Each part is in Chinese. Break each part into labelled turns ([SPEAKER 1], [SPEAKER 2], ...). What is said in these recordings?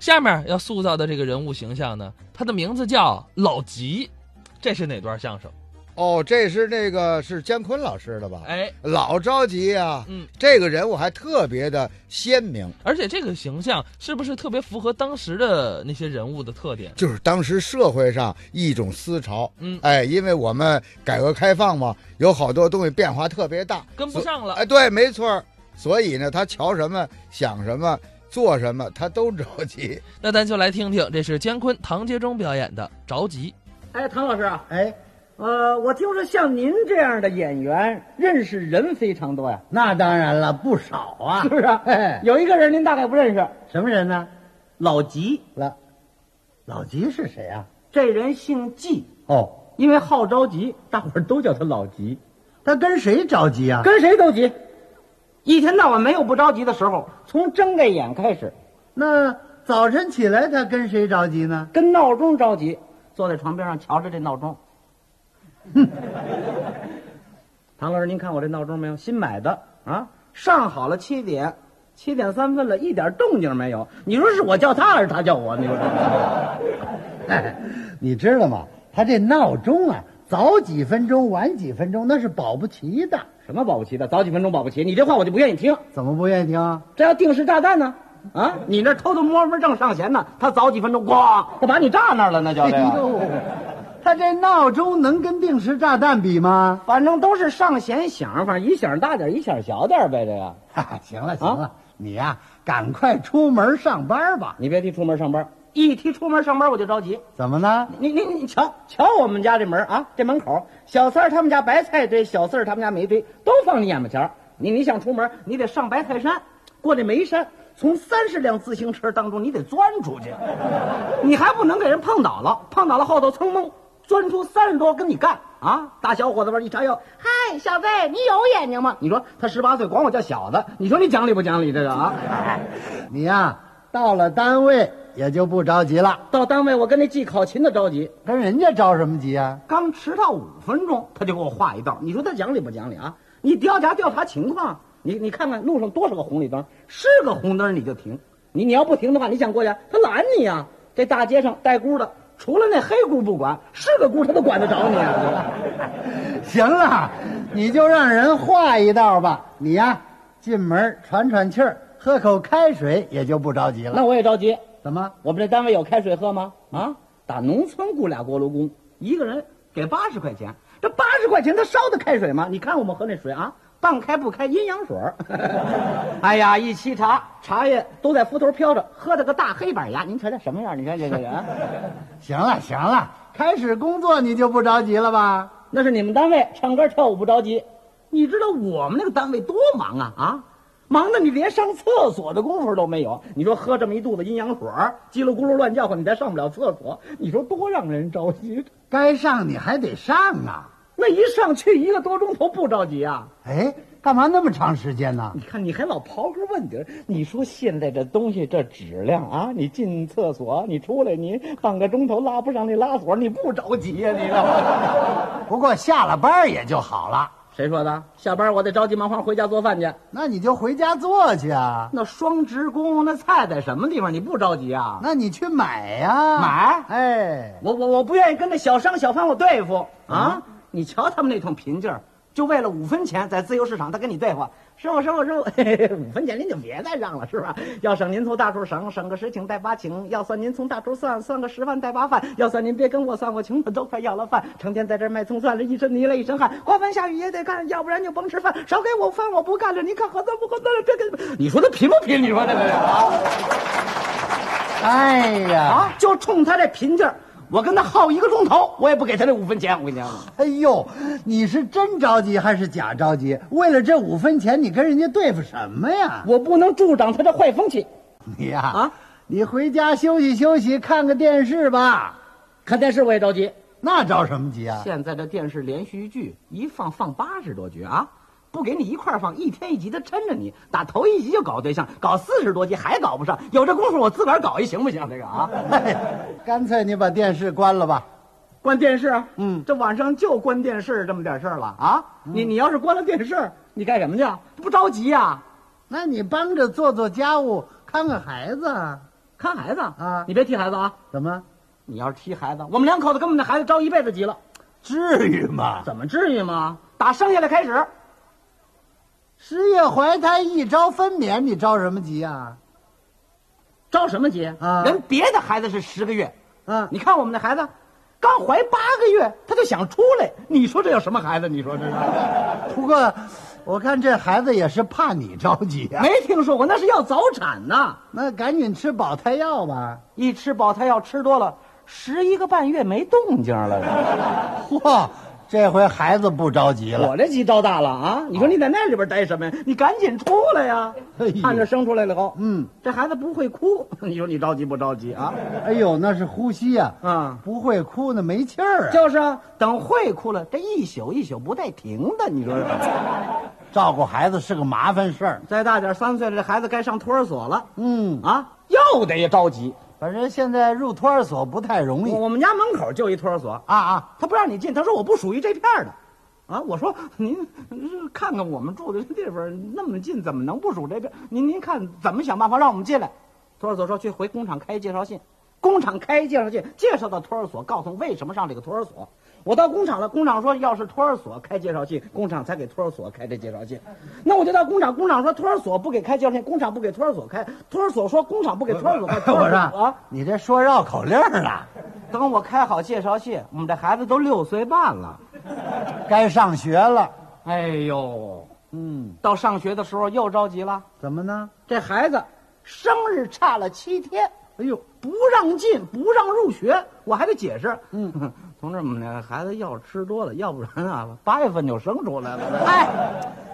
[SPEAKER 1] 下面要塑造的这个人物形象呢，他的名字叫老吉，这是哪段相声？
[SPEAKER 2] 哦，这是那个是姜昆老师的吧？
[SPEAKER 1] 哎，
[SPEAKER 2] 老着急啊，
[SPEAKER 1] 嗯，
[SPEAKER 2] 这个人物还特别的鲜明，
[SPEAKER 1] 而且这个形象是不是特别符合当时的那些人物的特点？
[SPEAKER 2] 就是当时社会上一种思潮。
[SPEAKER 1] 嗯，
[SPEAKER 2] 哎，因为我们改革开放嘛，有好多东西变化特别大，
[SPEAKER 1] 跟不上了。
[SPEAKER 2] 哎，对，没错儿。所以呢，他瞧什么想什么做什么，他都着急。
[SPEAKER 1] 那咱就来听听，这是姜昆、唐杰忠表演的《着急》。
[SPEAKER 3] 哎，唐老师啊，
[SPEAKER 4] 哎，
[SPEAKER 3] 呃，我听说像您这样的演员，认识人非常多呀，
[SPEAKER 4] 那当然了，不少 啊，
[SPEAKER 3] 是不是啊？
[SPEAKER 4] 哎，
[SPEAKER 3] 有一个人您大概不认识，
[SPEAKER 4] 什么人呢？
[SPEAKER 3] 老吉，
[SPEAKER 4] 老老吉是谁啊？
[SPEAKER 3] 这人姓季，
[SPEAKER 4] 哦，
[SPEAKER 3] 因为好着急，大伙儿都叫他老吉，
[SPEAKER 4] 他跟谁着急啊？
[SPEAKER 3] 跟谁都急，一天到晚没有不着急的时候。从睁开眼开始，
[SPEAKER 4] 那早晨起来他跟谁着急呢？
[SPEAKER 3] 跟闹钟着急，坐在床边上瞧着这闹钟。 唐老师，您看我这闹钟没有？新买的啊，上好了七点，七点三分了，一点动静没有。你说是我叫他还是他叫我？你说
[SPEAKER 4] 哎，你知道吗？他这闹钟啊，早几分钟，晚几分钟，那是保不齐的。
[SPEAKER 3] 什么保不齐的？早几分钟保不齐，你这话我就不愿意听。
[SPEAKER 4] 怎么不愿意听啊？
[SPEAKER 3] 这要定时炸弹呢？啊，你那偷偷摸摸正上弦呢，他早几分钟，咣，他把你炸那儿了，那叫这
[SPEAKER 4] 哎
[SPEAKER 3] 个。
[SPEAKER 4] 呦，他这闹钟能跟定时炸弹比 吗？
[SPEAKER 3] 反正都是上弦响，反正一响大点，一响小点呗，这个。
[SPEAKER 4] 哈哈啊行了行了，你呀、赶快出门上班吧。
[SPEAKER 3] 你别提出门上班，一提出门上班我就着急。
[SPEAKER 4] 怎么呢？
[SPEAKER 3] 你你你瞧瞧我们家这门啊，这门口，小三儿他们家白菜堆，小四儿他们家煤堆，都放你眼巴前儿。你你想出门，你得上白菜山，过这煤山，从三十辆自行车当中你得钻出去，你还不能给人碰倒了，碰倒了后头噌蒙钻出三十多跟你干啊！大小伙子们一查哟，
[SPEAKER 5] 嗨，小子，你有眼睛吗？
[SPEAKER 3] 你说他十八岁管我叫小子，你说你讲理不讲理这个啊？
[SPEAKER 4] 你呀、到了单位也就不着急了，
[SPEAKER 3] 到单位我跟那记考勤的着急，
[SPEAKER 4] 跟人家着什么急啊？
[SPEAKER 3] 刚迟到五分钟，他就给我画一道，你说他讲理不讲理啊？你调查调查情况，你你看看路上多少个红绿灯，是个红灯你就停，你你要不停的话，你想过去，他拦你呀、这大街上带箍的，除了那黑箍不管，是个箍他都管得着你啊！
[SPEAKER 4] 行了，你就让人画一道吧。你呀、进门喘喘气儿，喝口开水也就不着急了。
[SPEAKER 3] 那我也着急，
[SPEAKER 4] 怎么？
[SPEAKER 3] 我们这单位有开水喝吗？啊，打农村雇俩锅炉工，一个人给八十块钱，这八十块钱他烧的开水吗？你看我们喝那水啊，半开不开阴阳水儿。 哎呀，一沏茶，茶叶都在浮头飘着，喝的个大黑板牙。您瞧瞧什么样？你看这个啊人，
[SPEAKER 4] 行了行了，开始工作你就不着急了吧？
[SPEAKER 3] 那是你们单位唱歌跳舞不着急，你知道我们那个单位多忙啊啊！忙的你连上厕所的功夫都没有。你说喝这么一肚子阴阳水儿，叽里咕噜乱叫唤，你再上不了厕所，你说多让人着急。
[SPEAKER 4] 该上你还得上啊。
[SPEAKER 3] 那一上去一个多钟头不着急啊？
[SPEAKER 4] 哎，干嘛那么长时间呢？
[SPEAKER 3] 你看你还老刨根问底儿，你说现在这东西这质量啊，你进厕所你出来你半个钟头拉不上那拉锁，你不着急呀、你呢？
[SPEAKER 4] 不过下了班儿也就好了，
[SPEAKER 3] 谁说的？下班我得着急忙慌回家做饭去。
[SPEAKER 4] 那你就回家做去啊。
[SPEAKER 3] 那双职工那菜在什么地方？你不着急啊？
[SPEAKER 4] 那你去买呀、
[SPEAKER 3] 买
[SPEAKER 4] 哎。
[SPEAKER 3] 我我我不愿意跟那小商小贩我对付啊！你瞧他们那通贫劲儿，就为了五分钱，在自由市场他跟你对付，师傅师傅师 傅，嘿嘿五分钱您就别再让了，是吧？要省您从大处省，省个十请带八请；要算您从大处算，算个十万带八饭；要算您别跟我算，我穷的都快要了饭。成天在这儿卖葱蒜，这一身泥了一身汗，刮风下雨也得干，要不然就甭吃饭。少给我饭，我不干了。您看合算不合算了？这个你说他贫不贫？你说这个人啊？
[SPEAKER 4] 哎呀，
[SPEAKER 3] 啊，就冲他这贫劲儿，我跟他耗一个钟头，我也不给他这五分钱。我跟你讲，
[SPEAKER 4] 哎呦，你是真着急还是假着急？为了这五分钱，你跟人家对付什么呀？
[SPEAKER 3] 我不能助长他这坏风气。
[SPEAKER 4] 你呀、
[SPEAKER 3] 啊
[SPEAKER 4] 你回家休息休息，看个电视吧。
[SPEAKER 3] 看电视我也着急，
[SPEAKER 4] 那着什么急啊？
[SPEAKER 3] 现在这电视连续剧一放放八十多局啊，不给你一块儿放，一天一集的抻着你，打头一集就搞对象，搞四十多集还搞不上，有这功夫我自个儿搞一行不行？这个 啊，
[SPEAKER 4] 哎干脆你把电视关了吧。
[SPEAKER 3] 关电视，啊
[SPEAKER 4] 嗯
[SPEAKER 3] 这晚上就关电视这么点事儿了啊。你你要是关了电视，你干什么去？不着急呀、
[SPEAKER 4] 那你帮着做做家务，看看孩子啊。
[SPEAKER 3] 看孩子
[SPEAKER 4] 啊
[SPEAKER 3] 你别踢孩子啊！
[SPEAKER 4] 怎么？
[SPEAKER 3] 你要是踢孩子，我们两口子跟我们那孩子着一辈子急了，
[SPEAKER 6] 至于
[SPEAKER 4] 啊
[SPEAKER 6] 吗？
[SPEAKER 3] 怎么至于吗？打生下来开始，
[SPEAKER 4] 十月怀胎，一朝分娩，你着什么急啊？
[SPEAKER 3] 着什么急
[SPEAKER 4] 啊
[SPEAKER 3] 人别的孩子是十个月，
[SPEAKER 4] 啊，
[SPEAKER 3] 你看我们那孩子，刚怀八个月他就想出来，你说这有什么孩子？你说这 是？
[SPEAKER 4] 不过我看这孩子也是怕你着急啊。
[SPEAKER 3] 没听说过，那是要早产呢。
[SPEAKER 4] 那赶紧吃保胎药吧。
[SPEAKER 3] 一吃保胎药吃多了，十一个半月没动静 了。
[SPEAKER 4] 嚯，这回孩子不着急了。
[SPEAKER 3] 我这鸡招大了啊！你说你在那里边待什么呀？你赶紧出来呀
[SPEAKER 4] 哦哎！呦
[SPEAKER 3] 看着生出来了以后，
[SPEAKER 4] 嗯，
[SPEAKER 3] 这孩子不会哭， 你说你着急不着急啊？
[SPEAKER 4] 哎呦，那是呼吸呀、啊，
[SPEAKER 3] 啊
[SPEAKER 4] 不会哭那没气儿啊。
[SPEAKER 3] 就是啊，等会哭了，这一宿一宿不带停的，你说 是
[SPEAKER 4] 照顾孩子是个麻烦事儿。
[SPEAKER 3] 再大点，三岁了，这孩子该上托儿所了
[SPEAKER 4] 嗯，
[SPEAKER 3] 啊，又得着急。
[SPEAKER 4] 反正现在入托儿所不太容易
[SPEAKER 3] 我我们家门口就一托儿所，
[SPEAKER 4] 啊啊。
[SPEAKER 3] 他不让你进，他说我不属于这片儿的，啊，我说您是看看我们住的这地方那么近，怎么能不属这片儿？您您看怎么想办法让我们进来？托儿所说去回工厂开介绍信，工厂开介绍信，介绍到托儿所，告诉为什么上这个托儿所。我到工厂了，工厂说要是托儿所开介绍信，工厂才给托儿所开这介绍信。那我就到工厂，工厂说托儿所不给开介绍信，工厂不给托儿所开，托儿所说工厂不给托儿所开，托
[SPEAKER 4] 我
[SPEAKER 3] 儿所
[SPEAKER 4] 说
[SPEAKER 3] 啊，，
[SPEAKER 4] 你这说绕口令儿啊了，
[SPEAKER 3] 等我开好介绍信，我们这孩子都六岁半了。
[SPEAKER 4] 该上学了。
[SPEAKER 3] 哎呦，
[SPEAKER 4] 嗯，
[SPEAKER 3] 到上学的时候又着急了。
[SPEAKER 4] 怎么呢？
[SPEAKER 3] 这孩子生日差了七天，
[SPEAKER 4] 哎呦，
[SPEAKER 3] 不让进，不让入学，我还得解释。嗯， 同志们，那个孩子药吃多了，要不然啊，八月份就生出来了。
[SPEAKER 4] 哎，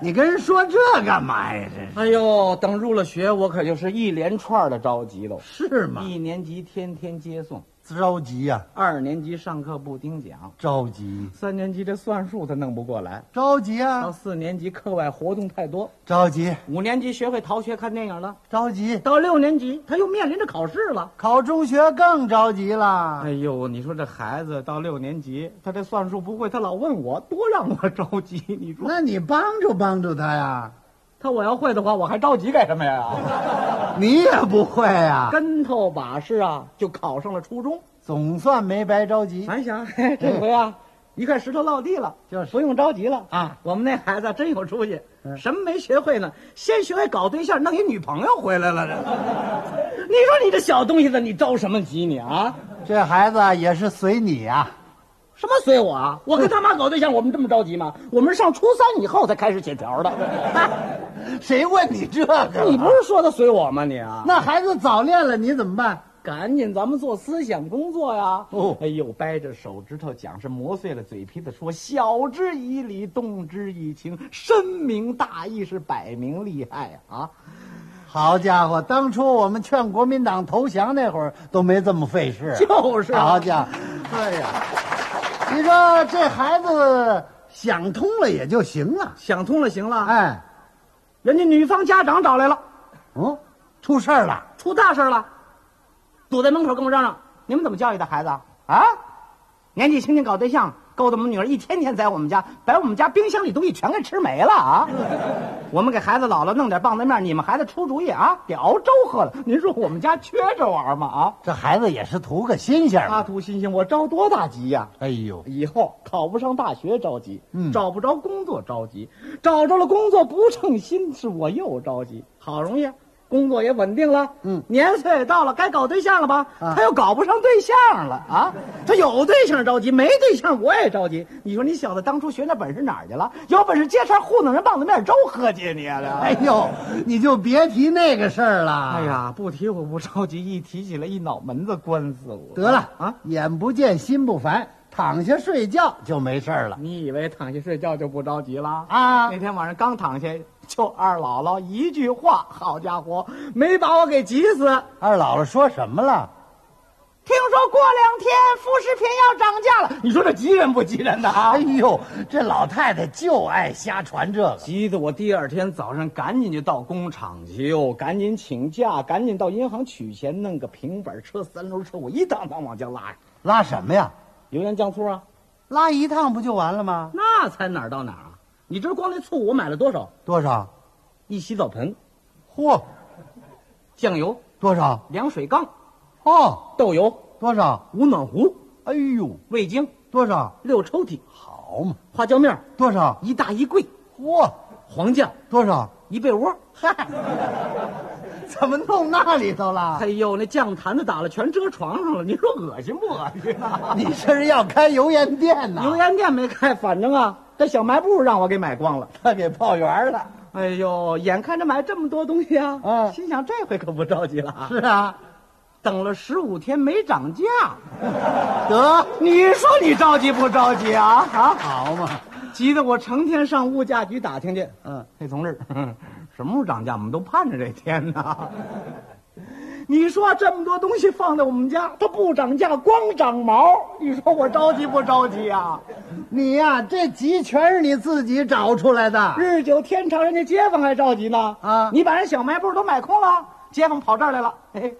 [SPEAKER 4] 你跟人说这干嘛呀？这
[SPEAKER 3] 哎呦，等入了学，我可就是一连串的着急喽。
[SPEAKER 4] 是是吗？
[SPEAKER 3] 一年级天天接送，
[SPEAKER 4] 着急呀、
[SPEAKER 3] 二年级上课不听讲，
[SPEAKER 4] 着急，
[SPEAKER 3] 三年级这算术他弄不过来，
[SPEAKER 4] 着急
[SPEAKER 3] 到
[SPEAKER 4] 啊，
[SPEAKER 3] 四年级课外活动太多，
[SPEAKER 4] 着急，
[SPEAKER 3] 五年级学会逃学看电影了，
[SPEAKER 4] 着急，
[SPEAKER 3] 到六年级他又面临着考试了。
[SPEAKER 4] 考中学更着急了
[SPEAKER 3] 哎。呦，你说这孩子到六年级，他这算术不会，他老问我，多让我着急。你说
[SPEAKER 4] 那你帮助帮助他呀？
[SPEAKER 3] 他我要会的话，我还着急干什么呀？
[SPEAKER 4] 你也不会啊呀、
[SPEAKER 3] 跟头把式啊，就考上了初中。
[SPEAKER 4] 总算没白着急。
[SPEAKER 3] 咱想，嘿这回啊，一块石头落地了，
[SPEAKER 4] 就是
[SPEAKER 3] 不用着急了
[SPEAKER 4] 啊。
[SPEAKER 3] 我们那孩子真有出息
[SPEAKER 4] 嗯，
[SPEAKER 3] 什么没学会呢？先学会搞对象，弄一女朋友回来了。这， 你说你这小东西的，你着什么急你啊？
[SPEAKER 4] 这孩子啊也是随你啊呀、
[SPEAKER 3] 什么随我啊？我跟他妈搞对象，我们这么着急吗？我们上初三以后才开始写条的。
[SPEAKER 4] 谁问你这个了？
[SPEAKER 3] 你不是说他随我吗？你啊，
[SPEAKER 4] 那孩子早恋了，你怎么办？
[SPEAKER 3] 赶紧咱们做思想工作呀！
[SPEAKER 4] 哦
[SPEAKER 3] 哎呦，掰着手指头讲，是磨碎了嘴皮子说，晓之以理，动之以情，深明大义，是摆明利害啊！
[SPEAKER 4] 好家伙，当初我们劝国民党投降那会儿都没这么费事。
[SPEAKER 3] 就是啊
[SPEAKER 4] 好家伙，对呀、你说这孩子想通了也就行了。
[SPEAKER 3] 想通了，行了。哎，
[SPEAKER 4] 哎，
[SPEAKER 3] 人家女方家长找来了，
[SPEAKER 4] 嗯，出事儿了
[SPEAKER 3] 出大事了，堵在门口跟我嚷嚷：“你们怎么教育的孩子啊啊？年纪轻轻搞对象，勾搭我们女儿，一天天在我们家，把我们家冰箱里东西全给吃没了啊！ 我们给孩子姥姥弄点棒子面，你们孩子出主意啊，得熬粥喝了。您说我们家缺这玩意儿吗？
[SPEAKER 4] 这孩子也是图个新鲜
[SPEAKER 3] 啊，
[SPEAKER 4] 嘛。
[SPEAKER 3] 阿图新鲜，我着多大急呀、
[SPEAKER 4] 哎呦，
[SPEAKER 3] 以后考不上大学着急，
[SPEAKER 4] 嗯
[SPEAKER 3] 找不着工作着急，找着了工作不称心，是我又着急。好容易啊工作也稳定了，
[SPEAKER 4] 嗯
[SPEAKER 3] 年岁也到了，该搞对象了吧？
[SPEAKER 4] 啊
[SPEAKER 3] 他又搞不上对象了啊！他有对象着急，没对象我也着急。你说你小子当初学那本事哪儿去了？有本事接茬糊弄人棒子面粥喝去你啊！
[SPEAKER 4] 哎呦，你就别提那个事儿了。
[SPEAKER 3] 哎，呀，不提我不着急，一提起来一脑门子官司我。
[SPEAKER 4] 得了
[SPEAKER 3] 啊
[SPEAKER 4] 啊！，眼不见心不烦，躺下睡觉就没事儿了
[SPEAKER 3] 你以为躺下睡觉就不着急了？
[SPEAKER 4] 啊
[SPEAKER 3] 那！天晚上刚躺下，就二姥姥一句话，好家伙，没把我给急死。
[SPEAKER 4] 二姥姥说什么了？
[SPEAKER 3] 听说过两天副食品要涨价了，你说这急人不急人呐？啊
[SPEAKER 4] 哎！呦，这老太太就爱瞎传这个。
[SPEAKER 3] 急得我第二天早上赶紧就到工厂去哟，赶紧请假，赶紧到银行取钱，弄个平板车、三轮车，我一趟趟往家拉呀，
[SPEAKER 4] 拉什么呀？
[SPEAKER 3] 油盐酱醋啊，
[SPEAKER 4] 拉一趟不就完了吗？
[SPEAKER 3] 那才哪儿到哪儿啊！你知道光那醋我买了多少？
[SPEAKER 4] 多少？
[SPEAKER 3] 一洗澡盆，
[SPEAKER 4] 嚯，
[SPEAKER 3] 酱油，
[SPEAKER 4] 多少？
[SPEAKER 3] 凉水缸，
[SPEAKER 4] 哦，
[SPEAKER 3] 豆油、
[SPEAKER 4] 多少？
[SPEAKER 3] 五暖壶、
[SPEAKER 4] 哎呦，
[SPEAKER 3] 味精、
[SPEAKER 4] 多少？
[SPEAKER 3] 六抽屉、
[SPEAKER 4] 好嘛，
[SPEAKER 3] 花椒面
[SPEAKER 4] 多少？
[SPEAKER 3] 一大一柜、
[SPEAKER 4] 嚯，
[SPEAKER 3] 黄酱
[SPEAKER 4] 多少？
[SPEAKER 3] 一被窝。
[SPEAKER 4] 嗨，怎么弄那里头了
[SPEAKER 3] 哎？呦，那酱坛子打了全遮床上了，你说恶心不恶心 啊？
[SPEAKER 4] 你这是要开油盐店呐？
[SPEAKER 3] 油盐店没开，反正啊，这小卖部让我给买光了。
[SPEAKER 4] 他给泡圆了。
[SPEAKER 3] 哎呦，眼看着买这么多东西啊，
[SPEAKER 4] 嗯
[SPEAKER 3] 心想这回可不着急了啊。
[SPEAKER 4] 是啊，
[SPEAKER 3] 等了十五天没涨价，
[SPEAKER 4] 得
[SPEAKER 3] 你说你着急不着急啊？啊，
[SPEAKER 4] 好嘛，
[SPEAKER 3] 急得我成天上物价局打听去。
[SPEAKER 4] 嗯，
[SPEAKER 3] 嘿，同志，什么时候涨价？我们都盼着这天呢。你说这么多东西放在我们家，它不涨价，光长毛，你说我着急不着急啊？
[SPEAKER 4] 你呀、这急全是你自己找出来的。
[SPEAKER 3] 日久天长，人家街坊还着急呢。
[SPEAKER 4] 啊
[SPEAKER 3] 你把人小卖部都买空了，街坊跑这儿来了。嘿、嘿，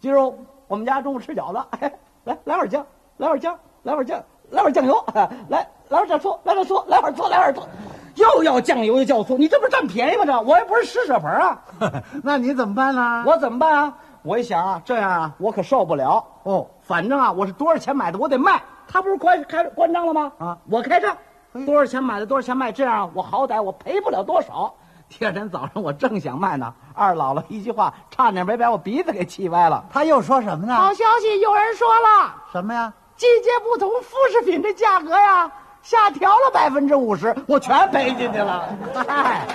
[SPEAKER 3] 今儿我们家中午吃饺子，哎，来来碗酱，来碗酱，来碗酱，来碗酱油，哎来来碗酱醋，来点醋，来碗醋，来碗醋，又要酱油又叫醋，你这不是占便宜吗？这我又不是施舍盆啊，
[SPEAKER 4] 那你怎么办呢？
[SPEAKER 3] 我怎么办啊？我一想啊，这样啊，我可受不了。
[SPEAKER 4] 哦，
[SPEAKER 3] 反正啊，我是多少钱买的，我得卖。他不是关开关账了吗？
[SPEAKER 4] 啊
[SPEAKER 3] 我开账，多少钱买的，多少钱卖，这样我好歹我赔不了多少。第二天早上我正想卖呢，二姥姥一句话，差点没把我鼻子给气歪了。
[SPEAKER 4] 他又说什么
[SPEAKER 5] 好
[SPEAKER 4] 呢？
[SPEAKER 5] 消息，有人说了，
[SPEAKER 4] 什么呀？
[SPEAKER 3] 季节不同，副食品 这价格呀，下调了百分之五十，我全赔进去了。嗨、